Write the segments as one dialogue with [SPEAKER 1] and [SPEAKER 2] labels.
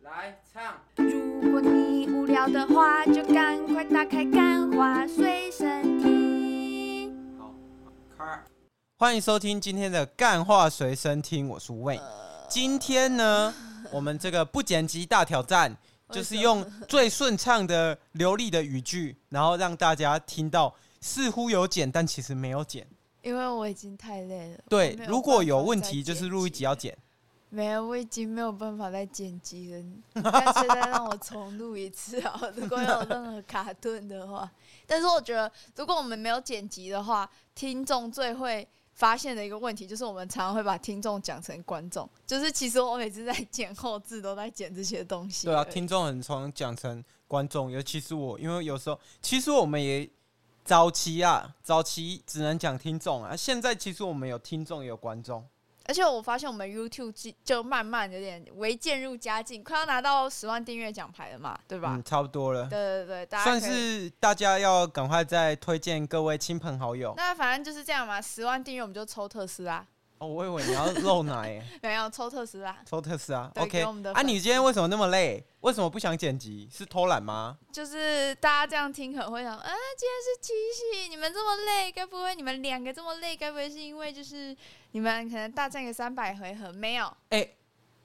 [SPEAKER 1] 来唱。
[SPEAKER 2] 如果你无聊的话，就赶快打开《干花随身听》。
[SPEAKER 1] 好，开。
[SPEAKER 3] 欢迎收听今天的《干话随身听》，我是 Wayne。今天呢，我们这个不剪辑大挑 战，就是用最顺畅的流利的语句，然后让大家听到似乎有剪，但其实没有剪。
[SPEAKER 4] 因为我已经太累了。我
[SPEAKER 3] 对
[SPEAKER 4] 没，
[SPEAKER 3] 如果有
[SPEAKER 4] 办法
[SPEAKER 3] 问
[SPEAKER 4] 再
[SPEAKER 3] 题，就是
[SPEAKER 4] 剪
[SPEAKER 3] 录一
[SPEAKER 4] 辑
[SPEAKER 3] 集要
[SPEAKER 4] 了。
[SPEAKER 3] 剪。
[SPEAKER 4] 没有，我已经没有办法再剪辑了。但是再让我重录一次啊！如果有任何卡顿的话，但是我觉得，如果我们没有剪辑的话，听众最会发现的一个问题就是，我们常常会把听众讲成观众。就是其实我每次在剪后置都在剪这些东西
[SPEAKER 3] 对
[SPEAKER 4] 而已。
[SPEAKER 3] 啊，听众很常讲成观众，尤其是我，因为有时候其实我们也早期啊，早期只能讲听众啊，现在其实我们有听众也有观众。
[SPEAKER 4] 而且我发现我们 YouTube 就就慢慢有点微渐入佳境，快要拿到十万订阅奖牌了嘛，对吧？
[SPEAKER 3] 嗯，差不多了，
[SPEAKER 4] 对对对，大家
[SPEAKER 3] 算
[SPEAKER 4] 可以
[SPEAKER 3] 是大家要赶快再推荐各位亲朋好友。
[SPEAKER 4] 那反正就是这样嘛，十万订阅我们就抽特斯拉，
[SPEAKER 3] 哦，我以为你要露奶 耶，
[SPEAKER 4] 没有抽特斯拉，
[SPEAKER 3] 抽特斯拉。
[SPEAKER 4] 对
[SPEAKER 3] OK，
[SPEAKER 4] 给我们的
[SPEAKER 3] 啊，
[SPEAKER 4] 粉丝
[SPEAKER 3] 你今天为什么那么累？为什么不想剪辑？是偷懒吗？
[SPEAKER 4] 就是大家这样听可能会想，啊，今天是七夕，你们这么累，该不会你们两个这么累，该不会是因为就是你们可能大战个三百回合？没有，
[SPEAKER 3] 哎、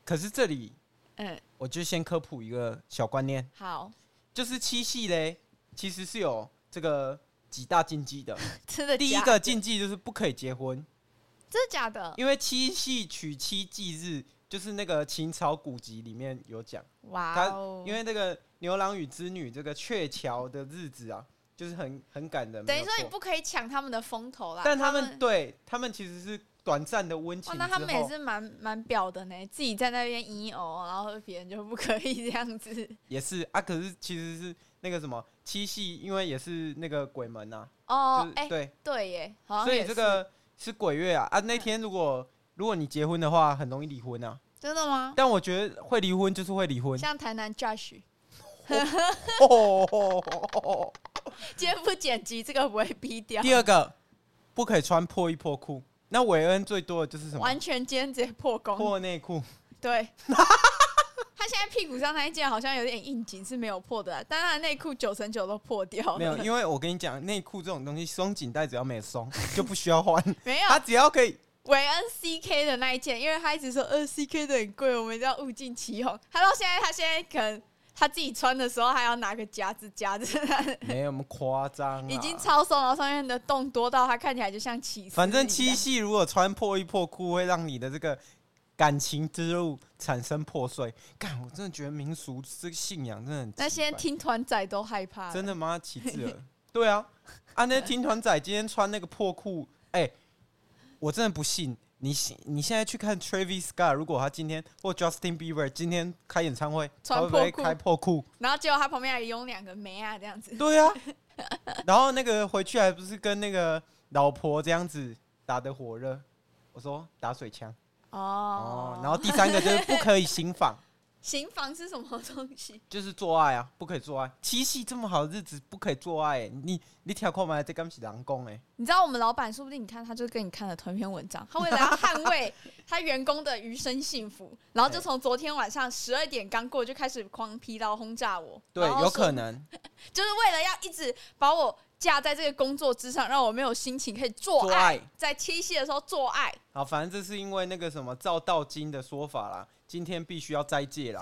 [SPEAKER 3] 可是这里
[SPEAKER 4] 嗯，
[SPEAKER 3] 我就先科普一个小观念，
[SPEAKER 4] 好，
[SPEAKER 3] 就是七系嘞，其实是有这个几大禁忌的。
[SPEAKER 4] 真的
[SPEAKER 3] 第一
[SPEAKER 4] 假
[SPEAKER 3] 个
[SPEAKER 4] 的
[SPEAKER 3] 禁忌就是不可以结婚，
[SPEAKER 4] 真的假的？
[SPEAKER 3] 因为七夕娶妻忌日，就是那个秦朝古籍里面有讲，
[SPEAKER 4] 哇
[SPEAKER 3] 他
[SPEAKER 4] 哦，
[SPEAKER 3] 因为那个牛郎与织女这个鹊桥的日子啊，就是很很感人。
[SPEAKER 4] 等
[SPEAKER 3] 没
[SPEAKER 4] 于
[SPEAKER 3] 有
[SPEAKER 4] 说你
[SPEAKER 3] 错，
[SPEAKER 4] 不可以抢他们的风头啦，
[SPEAKER 3] 但他
[SPEAKER 4] 他
[SPEAKER 3] 们。对他们其实是短暂的温情
[SPEAKER 4] 哇，
[SPEAKER 3] 之
[SPEAKER 4] 那他们也
[SPEAKER 3] 后，
[SPEAKER 4] 是蛮蛮表的呢，自己在那边咦哦，然后别人就不可以这样 子
[SPEAKER 3] 也是啊，可是其实是那个什么七夕，因为也是那个鬼门呐、啊，
[SPEAKER 4] 哦
[SPEAKER 3] 就，是
[SPEAKER 4] 哎、
[SPEAKER 3] 对，
[SPEAKER 4] 对耶，好像
[SPEAKER 3] 所以
[SPEAKER 4] 也
[SPEAKER 3] 这
[SPEAKER 4] 是嗯
[SPEAKER 3] 个是鬼月啊啊，那天如果。如果你结婚的话，很容易离婚啊。
[SPEAKER 4] 真的吗？
[SPEAKER 3] 但我觉得会离婚就是会离婚。
[SPEAKER 4] 像台南 Josh，
[SPEAKER 3] 哦，
[SPEAKER 4] 今天不剪辑，这个不会逼掉。
[SPEAKER 3] 第二个，不可以穿破衣破裤。那韦恩最多的就是什么？
[SPEAKER 4] 完全今天直接破功。
[SPEAKER 3] 破内裤。
[SPEAKER 4] 对， 他现在屁股上那一件好像有点应景，是没有破的啊，但他的内裤九成九都破掉了。
[SPEAKER 3] 没有， 因为我跟你讲，内裤这种东西，松紧带只要没松 就不需要换，
[SPEAKER 4] 没有
[SPEAKER 3] 它只要可以。
[SPEAKER 4] 韦恩 CK 的那一件，因为他一直说呃 CK 的很贵，我们一定要物尽其用。他到现在，他现在可能他自己穿的时候还要拿个夹子 夹着他的，
[SPEAKER 3] 没有那么夸张、啊，
[SPEAKER 4] 已经。超松，然后上面的洞多到他看起来就像起司一样。
[SPEAKER 3] 反正七夕如果穿破衣破裤，会让你的这个感情之路产生破碎。干，我真的觉得民俗这个信仰真的很奇怪。
[SPEAKER 4] 那些听团仔都害怕了，
[SPEAKER 3] 真的吗？旗帜了，对 啊，啊，那听团仔今天穿那个破裤，哎、我真的不信你现，你现在去看 Travis Scott，如果他今天或 Justin Bieber 今天开演唱会，
[SPEAKER 4] 穿
[SPEAKER 3] 他会不会
[SPEAKER 4] 破裤
[SPEAKER 3] 开破裤？
[SPEAKER 4] 然后结果他旁边还拥两个妹啊，这样子。
[SPEAKER 3] 对啊，然后那个回去还不是跟那个老婆这样子打得火热？我说打水枪
[SPEAKER 4] 哦
[SPEAKER 3] 哦，然后第三个就是不可以行 房，
[SPEAKER 4] 刑房是什么东西？
[SPEAKER 3] 就是做爱啊，不可以做爱。七夕这么好的日子不可以做爱、欸你你挑空来这刚是狼公哎、
[SPEAKER 4] 你知道我们老板说不定你看他就跟你看了同一篇文章，他为了要捍 卫他员工的余生幸福，然后就从昨天晚上十二点刚过就开始狂批到轰炸我，
[SPEAKER 3] 对
[SPEAKER 4] 然，后
[SPEAKER 3] 有
[SPEAKER 4] 说
[SPEAKER 3] 可能。
[SPEAKER 4] 就是为了要一直把我架在这个工作之上，让我没有心情可以做
[SPEAKER 3] 做
[SPEAKER 4] 爱，
[SPEAKER 3] 爱。
[SPEAKER 4] 在七夕的时候做爱，
[SPEAKER 3] 好，反正这是因为那个什么照道经的说法啦，今天必须要斋戒啦。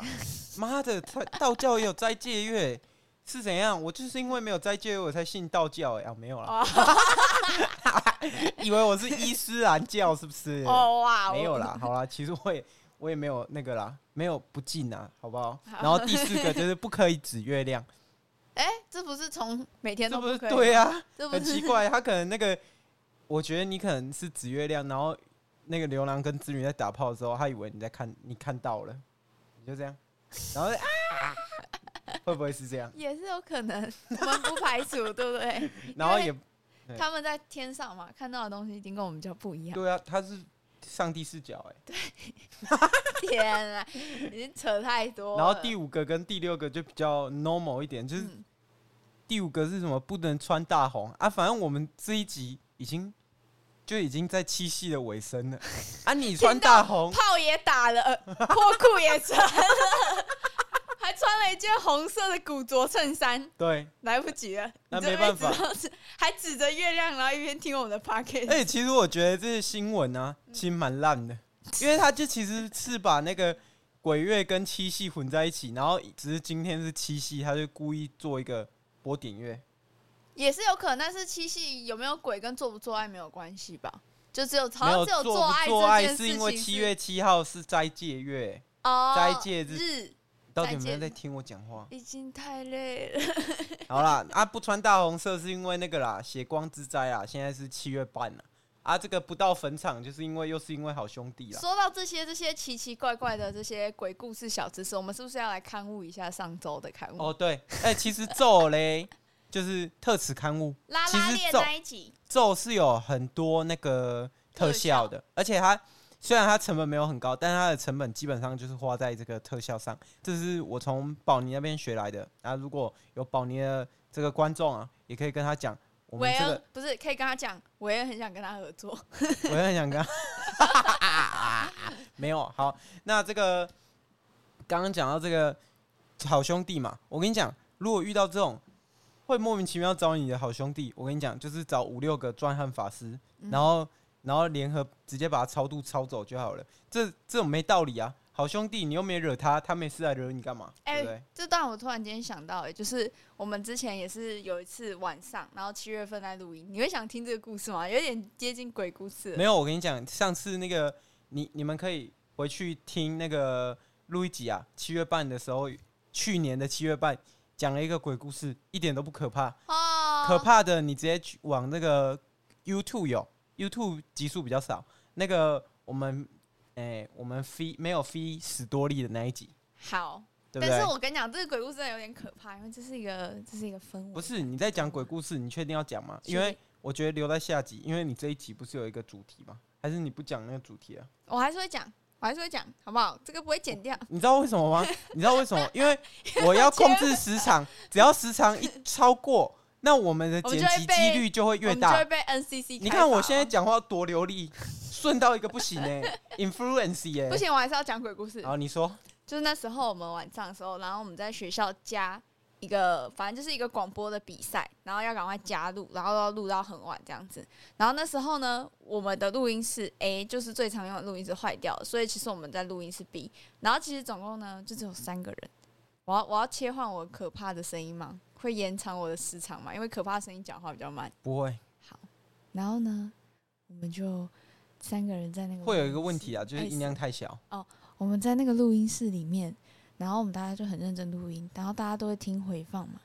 [SPEAKER 3] 妈的，他道教也有斋戒月，是怎样？我就是因为没有斋戒月，我才信道教哎、啊，没有啦， 以为我是伊斯兰教是不是？
[SPEAKER 4] 哦哇，
[SPEAKER 3] 没有
[SPEAKER 4] 我，
[SPEAKER 3] 啦，好啦，其实我也我也没有那个啦，没有不敬啊，好不好？然后第四个就是不可以指月亮，
[SPEAKER 4] 哎、这不是从每天
[SPEAKER 3] 这
[SPEAKER 4] 都
[SPEAKER 3] 不是
[SPEAKER 4] 可以哦
[SPEAKER 3] 对
[SPEAKER 4] 吗，
[SPEAKER 3] 啊？
[SPEAKER 4] 这不
[SPEAKER 3] 很
[SPEAKER 4] 是
[SPEAKER 3] 奇怪，他可能那个，我觉得你可能是指月亮，然后那个牛郎跟织女在打炮的时候，他以为你在看，你看到了，你就这样，然后就啊，会不会是 这样？
[SPEAKER 4] 也是有可能，我们不排除，对不对？
[SPEAKER 3] 然后也对
[SPEAKER 4] 他们在天上嘛，看到的东西一定跟我们比较不一样。
[SPEAKER 3] 对啊，他是上帝视角哎、
[SPEAKER 4] 天啊，已经扯太多了。
[SPEAKER 3] 然后第五个跟第六个就比较 normal 一点，就是
[SPEAKER 4] 嗯
[SPEAKER 3] 第五个是什么？不能穿大红啊！反正我们这一集已经就已经在七夕的尾声了 啊！你穿大红，
[SPEAKER 4] 呃 炮也打了，破裤也穿了，一件红色的古着衬衫，
[SPEAKER 3] 对，
[SPEAKER 4] 来不及了，
[SPEAKER 3] 那
[SPEAKER 4] 你这
[SPEAKER 3] 没办
[SPEAKER 4] 辈子都是，还指着月亮，然后一边听我 们的 p o c k e
[SPEAKER 3] 哎、
[SPEAKER 4] t
[SPEAKER 3] 其实我觉得这些新闻啊，
[SPEAKER 4] 嗯
[SPEAKER 3] 其实蛮烂的，因为他就其实是把那个鬼月跟七夕混在一起，然后只是今天是七夕，他就故意做一个播点月。
[SPEAKER 4] 也是有可能，但是七夕有没有鬼跟做不做爱没有关系吧？就只有好
[SPEAKER 3] 没
[SPEAKER 4] 像
[SPEAKER 3] 有
[SPEAKER 4] 只有
[SPEAKER 3] 做
[SPEAKER 4] 爱
[SPEAKER 3] 不做
[SPEAKER 4] 这
[SPEAKER 3] 爱
[SPEAKER 4] 件事
[SPEAKER 3] 是
[SPEAKER 4] 情
[SPEAKER 3] 因为七月七号是斋戒月，
[SPEAKER 4] 哦
[SPEAKER 3] 斋戒日
[SPEAKER 4] 日
[SPEAKER 3] 到底有没
[SPEAKER 4] 斋戒
[SPEAKER 3] 有
[SPEAKER 4] 日？
[SPEAKER 3] 在听我讲话
[SPEAKER 4] 已经太累了，
[SPEAKER 3] 好啦，啊，不穿大红色是因为那个啦，血光之灾啦，现在是七月半啦。啊，这个不到坟场，就是因为又是因为好兄弟啦。
[SPEAKER 4] 说到这些这些奇奇怪怪的这些鬼故事小知识，我们是不是要来刊物一下上周的刊物？
[SPEAKER 3] 哦，对，哎、其实咒嘞，就是特此刊物，
[SPEAKER 4] 拉
[SPEAKER 3] 其
[SPEAKER 4] 拉
[SPEAKER 3] 实
[SPEAKER 4] 链
[SPEAKER 3] 咒
[SPEAKER 4] 那一集，
[SPEAKER 3] 咒是有很多那个特效的，而且它虽然它成本没有很高，但它的成本基本上就是花在这个特效上。这是我从宝尼那边学来的。啊，如果有宝尼的这个观众啊，也可以跟他讲，我们
[SPEAKER 4] 韦
[SPEAKER 3] 这
[SPEAKER 4] 恩
[SPEAKER 3] 个
[SPEAKER 4] 不是可以跟他讲，韦恩很想跟他合作。
[SPEAKER 3] 我也很想跟他， 没有好。那这个刚刚讲到这个好兄弟嘛，我跟你讲，如果遇到这种。会莫名其妙找你的好兄弟，我跟你讲，就是找五六个专汉法师，然后然后联合直接把他超度超走就好了。这这种没道理啊！好兄弟，你又没惹他，他没事来惹你干嘛？
[SPEAKER 4] 哎、
[SPEAKER 3] 对不对？
[SPEAKER 4] 这段我突然间想到、哎，就是我们之前也是有一次晚上，然后七月份在录音，你会想听这个故事吗？有点接近鬼故事了。
[SPEAKER 3] 没有，我跟你讲，上次那个你你们可以回去听那个录一集啊，七月半的时候，去年的七月半讲了一个鬼故事，一点都不可怕。
[SPEAKER 4] 哦，
[SPEAKER 3] 可怕的，你直接去往那个 YouTube 有 YouTube 集数比较少，那个我们哎、我们飞没有飞史多利的那一集，
[SPEAKER 4] 好，
[SPEAKER 3] 对不对？
[SPEAKER 4] 但是我跟你讲，这个鬼故事真的有点可怕，因为这是一个这是一个氛围。
[SPEAKER 3] 不是你在讲鬼故事，你确定要讲吗？因为我觉得留在下集，因为你这一集不是有一个主题吗？还是你不讲那个主题啊？
[SPEAKER 4] 我还是会讲，我还是会讲，好不好？这个不会剪掉。
[SPEAKER 3] 你知道为什么 吗？你知道为什么？因为我要控制时 长，只要时长一超过，那我们的
[SPEAKER 4] 我们
[SPEAKER 3] 剪
[SPEAKER 4] 就会
[SPEAKER 3] 辑
[SPEAKER 4] 被
[SPEAKER 3] 几率就会
[SPEAKER 4] 我
[SPEAKER 3] 越
[SPEAKER 4] 们就
[SPEAKER 3] 大。
[SPEAKER 4] 会被 NCC。
[SPEAKER 3] 你看我现在，讲话多流利，顺到一个不行 哎、i n f l u e n c e 哎、
[SPEAKER 4] 不行，我还是要讲鬼故事。
[SPEAKER 3] 好，你说，
[SPEAKER 4] 就是那时候我们晚上的时候，然后我们在学校加一个，反正就是一个广播的比赛，然后要赶快加录，然后要录到很晚这样子。然后那时候呢，我们的录音室 A 就是最常用的录音室坏掉了，所以其实我们在录音室 B。然后其实总共呢就只有三个人。我要我要切换我可怕的声音吗？会延长我的时长吗？因为可怕的声音讲话比较慢。
[SPEAKER 3] 不会，
[SPEAKER 4] 好，然后呢，我们就三个人在那个
[SPEAKER 3] 会有一
[SPEAKER 4] 录
[SPEAKER 3] 个
[SPEAKER 4] 音
[SPEAKER 3] 问
[SPEAKER 4] 室
[SPEAKER 3] 题啊，就是
[SPEAKER 4] 哎
[SPEAKER 3] 音量太小。
[SPEAKER 4] 我们在那个录音室里面，然后我们大家就很认真录音，然后大家都会听回放嘛。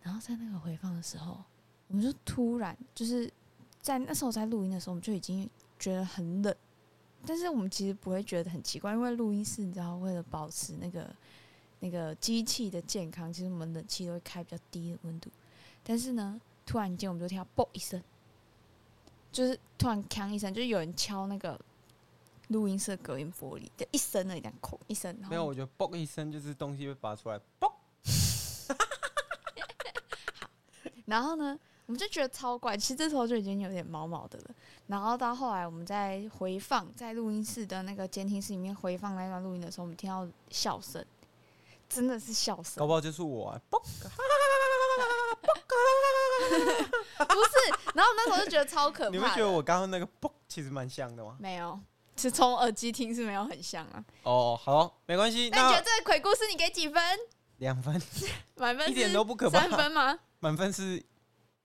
[SPEAKER 4] 然后在那个回放的时候，我们就突然就是在那时候在录音的时候，我们就已经觉得很冷，但是我们其实不会觉得很奇怪，因为录音室你知道，为了保持那个那个机器的健康，其实我们冷气都会开比较低的温度。但是呢，突然间我们就听到“啵”一声，就是突然“锵”一声，就是有人敲那个录音室的隔音玻璃，就一声那样“空”一声，然后
[SPEAKER 3] 没有，我觉得“嘣”一声就是东西会拔出来，嘣。
[SPEAKER 4] 然后呢，我们就觉得超怪，其实这时候就已经有点毛毛的了。然后到后来，我们在回放在录音室的那个监听室里面回放那段录音的时候，我们听到笑声，真的是笑声
[SPEAKER 3] 搞，不好就是我、啊，嘣。
[SPEAKER 4] 不是。然后我那时候就觉得超可怕
[SPEAKER 3] 你
[SPEAKER 4] 的。
[SPEAKER 3] 会觉得我刚刚那个“嘣”其实蛮像的吗？
[SPEAKER 4] 没有？是从耳机听是没有很像啊。
[SPEAKER 3] 哦，好，没关系，
[SPEAKER 4] 那你觉得
[SPEAKER 3] 那
[SPEAKER 4] 这个鬼故事你给几分？
[SPEAKER 3] 两分。
[SPEAKER 4] 满分
[SPEAKER 3] 一点
[SPEAKER 4] 是
[SPEAKER 3] 都不可怕
[SPEAKER 4] 三分吗？
[SPEAKER 3] 满分是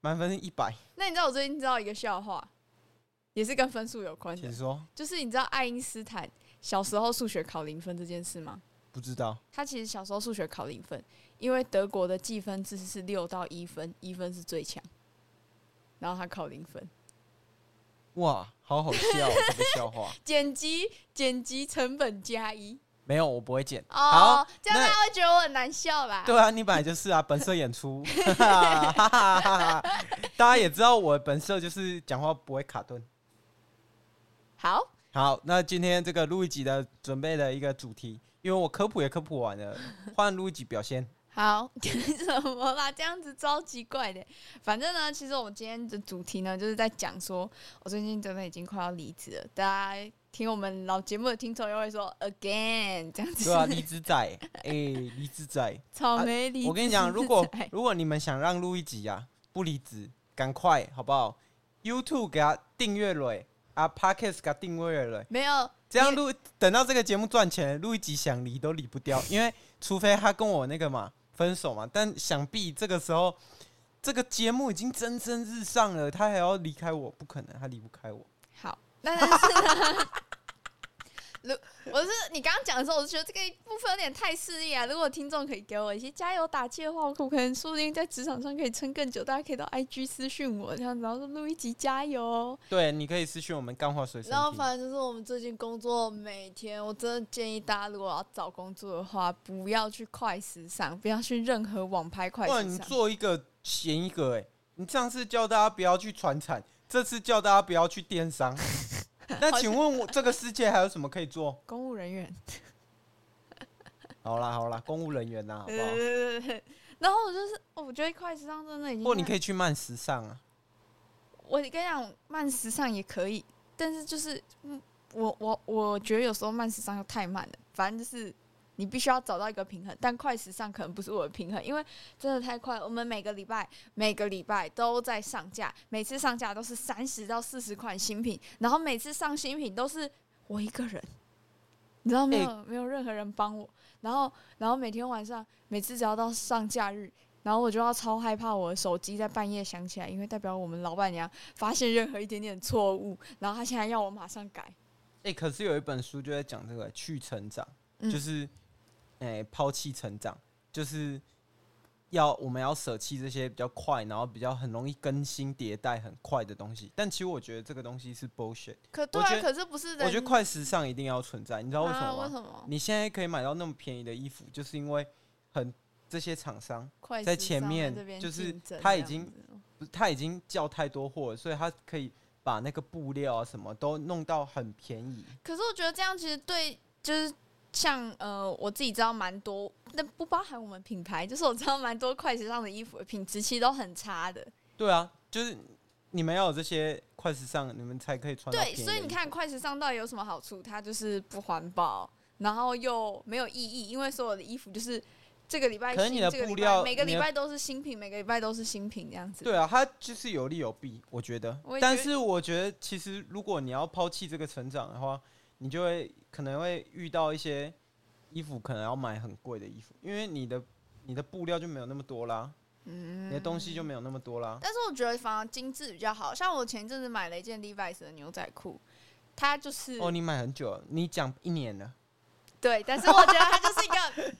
[SPEAKER 3] 满分是一百，
[SPEAKER 4] 那你知道我最近知道一个笑话，也是跟分数有关
[SPEAKER 3] 请
[SPEAKER 4] 的，
[SPEAKER 3] 说。
[SPEAKER 4] 就是你知道爱因斯坦小时候数学考零分这件事吗？
[SPEAKER 3] 不知道，
[SPEAKER 4] 他其实小时候数学考零分，因为德国的计分制是六到一分，一分是最强，然后他考零分。
[SPEAKER 3] 哇，好好 笑哦这个笑话。
[SPEAKER 4] 剪辑剪辑成本加一
[SPEAKER 3] 没有，我不会剪。
[SPEAKER 4] 哦
[SPEAKER 3] 好，，
[SPEAKER 4] 这样
[SPEAKER 3] 那
[SPEAKER 4] 大家会觉得我很难笑啦。
[SPEAKER 3] 对啊，你本来就是啊，本色演出。 哈哈哈哈哈哈大家也知道我的本色就是讲话不会卡顿。
[SPEAKER 4] 好，
[SPEAKER 3] 好，那今天这个 录一集的准备的一个主题，因为我科普也科普完了，换录一集表现。
[SPEAKER 4] 好， 什么啦？这样子超奇怪的。反正呢，其实我今天的主题呢，就是在讲说，我最近真的已经快要离职了。大家听我们老节目的听众又会说 again 这样子，
[SPEAKER 3] 对啊， 离职仔，哎、离职仔，
[SPEAKER 4] 草莓离职、
[SPEAKER 3] 我跟你讲，如果如果你们想让录一集啊不离职，赶快好不好？YouTube 给他订阅了，啊，Podcast 给他订阅了。
[SPEAKER 4] 没有
[SPEAKER 3] 这样
[SPEAKER 4] 你
[SPEAKER 3] 录，等到这个节目赚钱，录一集想离都离不掉，因为除非他跟我那个嘛分手嘛，但想必这个时候这个节目已经蒸蒸日上了，他还要离开我，不可能，他离不开我。
[SPEAKER 4] 好，那但是呢， 如我是你刚刚讲的时候，我就觉得这个部分有点太势利啊。如果听众可以给我一些加油打气的话，我可能说不定在职场上可以撑更久。大家可以到 IG 私讯我这样子，然后说录一集加油哦。
[SPEAKER 3] 对，你可以私讯我们干话水神
[SPEAKER 4] 然后
[SPEAKER 3] 听。
[SPEAKER 4] 反正就是我们最近工作每天，我真的建议大家，如果要找工作的话，不要去快时尚，不要去任何网拍快
[SPEAKER 3] 不然
[SPEAKER 4] 时
[SPEAKER 3] 你
[SPEAKER 4] 尚。
[SPEAKER 3] 做一个嫌一个、欸，你上次叫大家不要去传产，这次叫大家不要去电 商，那请问我这个世界还有什么可以做？
[SPEAKER 4] 公务人员，
[SPEAKER 3] 好啦好啦，公务人员啊呐，好不
[SPEAKER 4] 对
[SPEAKER 3] 好？
[SPEAKER 4] 对对对。呃 然后我就是，哦我觉得快时尚真的已经
[SPEAKER 3] 或你
[SPEAKER 4] 让
[SPEAKER 3] 可以去慢时尚啊。
[SPEAKER 4] 我跟你讲，慢时尚也可以，但是就是，嗯，我我我觉得有时候慢时尚又太慢了。反正就是你必须要找到一个平衡，但快时尚可能不是我的平衡，因为真的太快了。我们每个礼拜每个礼拜都在上架，每次上架都是三十到四十款新品，然后每次上新品都是我一个人，你知道没有？没有任何人帮我。然后然后每天晚上，每次只要到上假日。然后我就要超害怕我的手机在半夜响起来，因为代表我们老板娘发现任何一点点错误，然后她现在要我马上改。
[SPEAKER 3] 哎、可是有一本书就在讲这个去成长，
[SPEAKER 4] 嗯
[SPEAKER 3] 就是哎抛弃成长，就是要我们要舍弃这些比较快，然后比较很容易更新迭代很快的东西。但其实我觉得这个东西是 bullshit，
[SPEAKER 4] 可对
[SPEAKER 3] 我觉
[SPEAKER 4] 啊，
[SPEAKER 3] 得
[SPEAKER 4] 可是不是人？
[SPEAKER 3] 我觉得快时尚一定要存在，你知道为什
[SPEAKER 4] 啊
[SPEAKER 3] 么吗？
[SPEAKER 4] 为什么？
[SPEAKER 3] 你现在可以买到那么便宜的衣服，就是因为很这些厂商
[SPEAKER 4] 快
[SPEAKER 3] 在
[SPEAKER 4] 时
[SPEAKER 3] 前
[SPEAKER 4] 尚
[SPEAKER 3] 面
[SPEAKER 4] 这边
[SPEAKER 3] 就是
[SPEAKER 4] 竞争
[SPEAKER 3] 他
[SPEAKER 4] 这
[SPEAKER 3] 已
[SPEAKER 4] 样
[SPEAKER 3] 经
[SPEAKER 4] 子哦
[SPEAKER 3] 不是他已经叫太多货了，所以他可以把那个布料啊什么都弄到很便宜。
[SPEAKER 4] 可是我觉得这样其实对，就是像呃，我自己知道蛮多，但不包含我们品牌，就是我知道蛮多快时尚的衣服的品质其实都很差的。
[SPEAKER 3] 对啊，就是你们要有这些快时尚，你们才可以穿到
[SPEAKER 4] 对，
[SPEAKER 3] 便宜
[SPEAKER 4] 所以
[SPEAKER 3] 的
[SPEAKER 4] 你
[SPEAKER 3] 衣
[SPEAKER 4] 看快时尚到底有什么好处？它就是不环保，然后又没有意义，因为所有的衣服就是这个礼拜
[SPEAKER 3] 可是
[SPEAKER 4] 新，
[SPEAKER 3] 你的
[SPEAKER 4] 这个
[SPEAKER 3] 布
[SPEAKER 4] 礼拜
[SPEAKER 3] 料
[SPEAKER 4] 每个
[SPEAKER 3] 你
[SPEAKER 4] 礼
[SPEAKER 3] 的
[SPEAKER 4] 拜都是新品，每个礼拜都是新品这样子。
[SPEAKER 3] 服。对啊，它就是有利有弊，我觉得。
[SPEAKER 4] 我也觉得
[SPEAKER 3] 但是我觉得，其实如果你要抛弃这个成长的话，你就会可能会遇到一些衣服可能要买很贵的衣服，因为你的你的布料就没有那么多啦，
[SPEAKER 4] 嗯
[SPEAKER 3] 你的东西就没有那么多啦。
[SPEAKER 4] 但是我觉得反而精致比较好，像我前阵子买了一件 Levi's 的牛仔裤，它就是
[SPEAKER 3] 哦，你买很久了，你讲一年了。
[SPEAKER 4] 对，但是我觉得它就是一个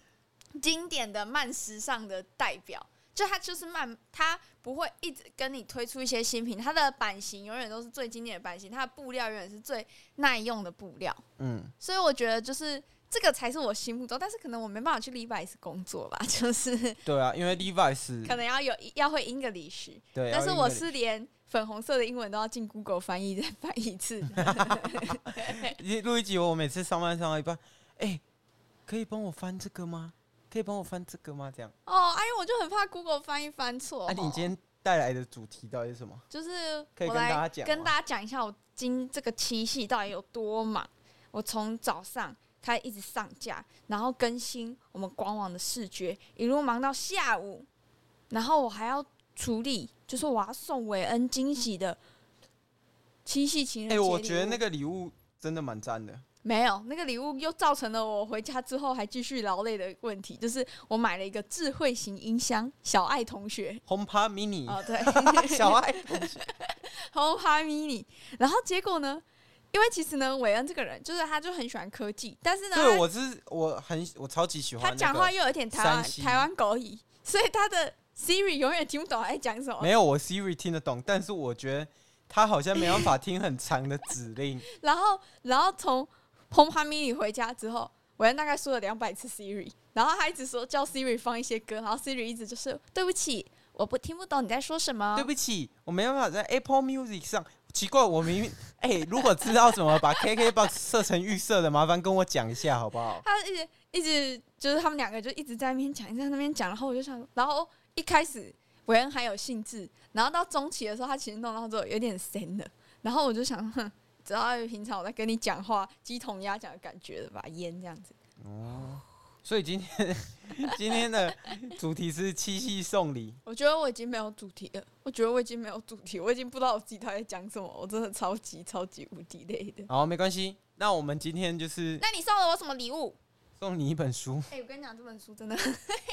[SPEAKER 4] 经典的慢时尚的代表。就它就是慢，它不会一直跟你推出一些新品，它的版型永远都是最经典的版型，它的布料永远是最耐用的布料。
[SPEAKER 3] 嗯，
[SPEAKER 4] 所以我觉得就是这个才是我心目中，但是可能我没办法去 Levi's 工作吧，就是
[SPEAKER 3] 对啊，因为 Levi's
[SPEAKER 4] 可能要有要会 English，
[SPEAKER 3] 对，
[SPEAKER 4] 但
[SPEAKER 3] 要
[SPEAKER 4] 是
[SPEAKER 3] 用
[SPEAKER 4] 我
[SPEAKER 3] 那里
[SPEAKER 4] 是连粉红色的英文都要进 Google 翻译再翻一次 的。
[SPEAKER 3] 你录一集，我每次上班上到一半，哎、可以帮我翻这个吗？可以帮我翻这个吗？这样。
[SPEAKER 4] 哦，哎，我就很怕 Google 翻译翻错。哦
[SPEAKER 3] 啊，你今天带来的主题到底是什么？
[SPEAKER 4] 就是
[SPEAKER 3] 可以
[SPEAKER 4] 我
[SPEAKER 3] 跟大
[SPEAKER 4] 来
[SPEAKER 3] 家讲吗
[SPEAKER 4] 跟大家讲一下我今这个七系到底有多忙。我从早上开始一直上架，然后更新我们官网的视觉，一路忙到下午，然后我还要处理，就是我要送韦恩惊喜的七系情人
[SPEAKER 3] 哎、
[SPEAKER 4] 节礼物。
[SPEAKER 3] 我觉得那个礼物真的蛮赞的。
[SPEAKER 4] 没有，那个礼物又造成了我回家之后还继续劳累的问题，就是我买了一个智慧型音箱，小爱同学。
[SPEAKER 3] 红趴 mini，、
[SPEAKER 4] 哦，对，
[SPEAKER 3] 小 爱，
[SPEAKER 4] 红牌 mini。然后结果呢？因为其实呢，韦恩这个人就是他就很喜欢科技，但是呢，
[SPEAKER 3] 对我是我很我超级喜
[SPEAKER 4] 他
[SPEAKER 3] 欢、
[SPEAKER 4] 他
[SPEAKER 3] 那
[SPEAKER 4] 讲
[SPEAKER 3] 个
[SPEAKER 4] 话又有一点台湾
[SPEAKER 3] 山西
[SPEAKER 4] 台湾狗语，所以他的 Siri 永远听不懂他在讲什么
[SPEAKER 3] 没。有我 Siri 听得懂，但是我觉得他好像没办法听很长的指 令。
[SPEAKER 4] 然后，然后从红牌 mini 回家之后，韦恩大概说了两百次 Siri，然后他一直说叫 Siri 放一些歌，然后 Siri 一直就是对不起，我不听不懂你在说什么
[SPEAKER 3] 对。不起，我没办法在 Apple Music 上奇怪，我明明 哎、如果知道怎么把 KKBOX 设成预设的，麻烦跟我讲一下好不好？
[SPEAKER 4] 他一直一直就是他们两个就一直在那边讲，一直在那边讲，然后我就想说，然后一开始韦恩还有兴致，然后到中期的时候，他其实弄到最后有点神了，然后我就想，哼，只要平常我在跟你讲话，鸡同鸭讲的感觉了吧，烟这样子。
[SPEAKER 3] 哦，所以今天 今天的主题是七夕送礼，
[SPEAKER 4] 我觉得我已经没有主题了，我觉得我已经没有主题，我已经不知道我自己到底在讲什么，我真的超级超级无敌累的。
[SPEAKER 3] 好，没关系。那我们今天就是
[SPEAKER 4] 那你送了我什么礼物？
[SPEAKER 3] 送你一本 书，
[SPEAKER 4] 哎、我跟你讲，这本书真的，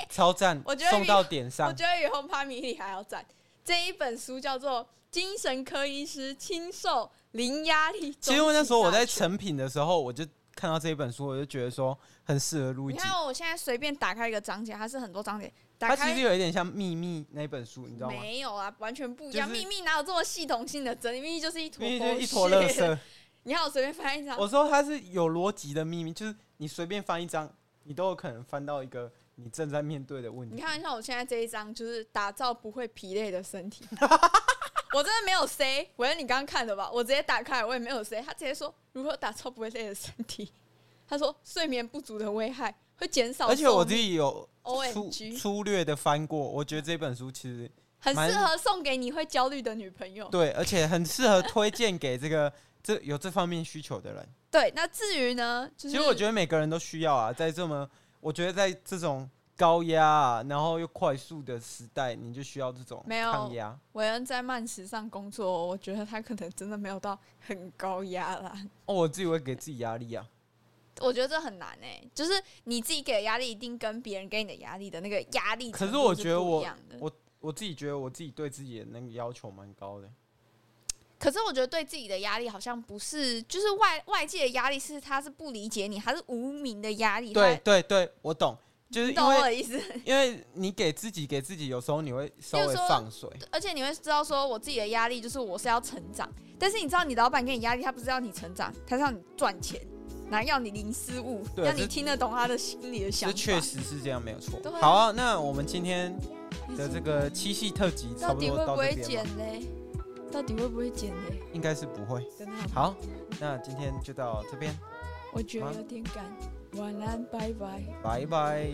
[SPEAKER 3] 超赞
[SPEAKER 4] 我觉，得
[SPEAKER 3] 送
[SPEAKER 4] 比
[SPEAKER 3] 到点
[SPEAKER 4] 我
[SPEAKER 3] 上。
[SPEAKER 4] 觉得比《轰趴迷你》还要赞。这一本书叫做《精神科医师亲授零压力》。
[SPEAKER 3] 其实我那时候我在，成品的时候，我就看到这一本书，我就觉得说很适合录一
[SPEAKER 4] 你
[SPEAKER 3] 集。
[SPEAKER 4] 看我现在随便打开一个章节，它是很多章节，打
[SPEAKER 3] 它其
[SPEAKER 4] 开
[SPEAKER 3] 实有一点像《秘密》那本书，你知道吗？
[SPEAKER 4] 没有啊，完全不一样。
[SPEAKER 3] 就是
[SPEAKER 4] 秘密哪有这么系统性的整理？秘密就是一坨
[SPEAKER 3] 秘密就
[SPEAKER 4] 狗
[SPEAKER 3] 是一坨
[SPEAKER 4] 屑
[SPEAKER 3] 垃。 圾。
[SPEAKER 4] 你看我随便翻一张，
[SPEAKER 3] 我说它是有逻辑的秘密，就是你随便翻一张，你都有可能翻到一个你正在面对的问
[SPEAKER 4] 你
[SPEAKER 3] 题。
[SPEAKER 4] 看，像我现在这一张，就是打造不会疲累的身 体。我真的没有 say，喂，你刚刚看的吧？我直接打开，我也没有 say。他直接说如何打造不会累的身体。 他说睡眠不足的危害会减少寿
[SPEAKER 3] 而
[SPEAKER 4] 命，
[SPEAKER 3] 且我自己有粗
[SPEAKER 4] OMG
[SPEAKER 3] 粗略的翻过，我觉得这本书其实
[SPEAKER 4] 很
[SPEAKER 3] 蛮
[SPEAKER 4] 适合送给你会焦虑的女朋友。
[SPEAKER 3] 对，而且很适合推荐给这个这有这方面需求的人。
[SPEAKER 4] 对，那至于呢，就
[SPEAKER 3] 其
[SPEAKER 4] 是
[SPEAKER 3] 实我觉得每个人都需要啊，在这么我觉得在这种高压、啊、然后又快速的时代，你就需要这种
[SPEAKER 4] 没有
[SPEAKER 3] 抗压。
[SPEAKER 4] 韦恩在慢时尚工作，我觉得他可能真的没有到很高压啦。
[SPEAKER 3] 哦，我自己会给自己压力啊。
[SPEAKER 4] 我觉得这很难哎、就是你自己给的压力一定跟别人给你的压力的那个压力
[SPEAKER 3] 可
[SPEAKER 4] 程
[SPEAKER 3] 是
[SPEAKER 4] 度
[SPEAKER 3] 我
[SPEAKER 4] 是
[SPEAKER 3] 觉得
[SPEAKER 4] 不一
[SPEAKER 3] 我
[SPEAKER 4] 样的
[SPEAKER 3] 我自己觉得我自己对自己的那个要求蛮高的。
[SPEAKER 4] 可是我觉得对自己的压力好像不是，就是外外界的压力是他是不理解你，还是无名的压力？
[SPEAKER 3] 对对对，我懂，就
[SPEAKER 4] 他，
[SPEAKER 3] 是
[SPEAKER 4] 你
[SPEAKER 3] 因
[SPEAKER 4] 懂我
[SPEAKER 3] 为
[SPEAKER 4] 的意思。
[SPEAKER 3] 因为你给自己给自己，有时候你会稍
[SPEAKER 4] 例
[SPEAKER 3] 微
[SPEAKER 4] 如说
[SPEAKER 3] 放水。
[SPEAKER 4] 而且你会知道说，我自己的压力就是我是要成长，但是你知道你老板给你压力，他不是要你成长，他是要你赚钱，然后要你零失误，
[SPEAKER 3] 对
[SPEAKER 4] 要你
[SPEAKER 3] 这
[SPEAKER 4] 听得懂他的心里的想
[SPEAKER 3] 这
[SPEAKER 4] 法。
[SPEAKER 3] 确实是这样，没有错
[SPEAKER 4] 对。啊
[SPEAKER 3] 好啊，那我们今天的这个七夕特辑差
[SPEAKER 4] 到
[SPEAKER 3] 不
[SPEAKER 4] 底
[SPEAKER 3] 多
[SPEAKER 4] 会
[SPEAKER 3] 到
[SPEAKER 4] 不会
[SPEAKER 3] 这边
[SPEAKER 4] 减
[SPEAKER 3] 吧，
[SPEAKER 4] 嘞？到底会不会减嘞？
[SPEAKER 3] 应该是不会。
[SPEAKER 4] 真的好，
[SPEAKER 3] 好，那今天就到这边，
[SPEAKER 4] 我觉得
[SPEAKER 3] 好
[SPEAKER 4] 有点赶。晚安，拜拜。
[SPEAKER 3] 拜拜。